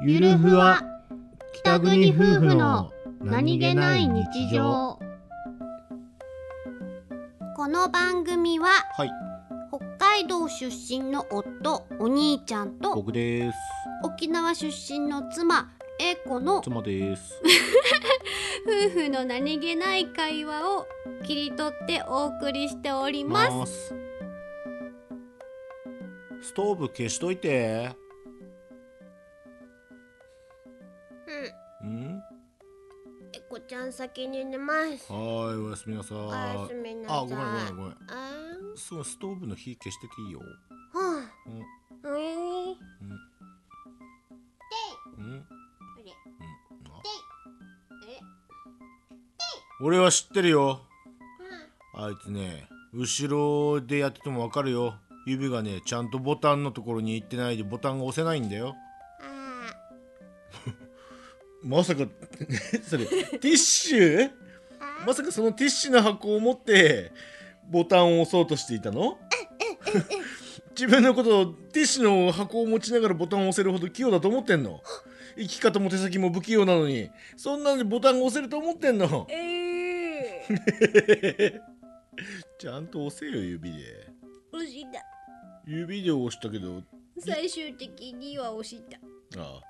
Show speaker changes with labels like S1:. S1: ゆるふわ北国夫婦の
S2: この番組は
S1: はい
S2: 北海道出身の夫お兄ちゃんと
S1: 僕です
S2: 沖縄出身の妻英子の夫
S1: 妻です
S2: 婦の何気ない会話を切り取ってお送りしております
S1: ますストーブ消しといてうん
S2: えこちゃん先に寝ます
S1: はーいおやすみなさい
S2: おやすみなさい
S1: あごめんごめんごめん
S2: あー
S1: すごいストーブの火消してていいよ
S2: はあ
S1: うん
S2: うーん
S1: うんうん
S2: でで
S1: あ
S2: え
S1: 俺は知ってるよ
S2: うん
S1: あいつね後ろでやっててもわかるよ指がねちゃんとボタンのところに行ってないでボタンが押せないんだよ
S2: あ
S1: まさか それティッシュまさかそのティッシュの箱を持ってボタンを押そうとしていたの自分のことをティッシュの箱を持ちながらボタンを押せるほど器用だと思ってんの生き方も手先も不器用なのにそんなのにボタンを押せると思ってんの
S2: ーえ ー
S1: ちゃんと押せよ指で
S2: 押した
S1: 指で押したけど
S2: 最終的には押した
S1: ああ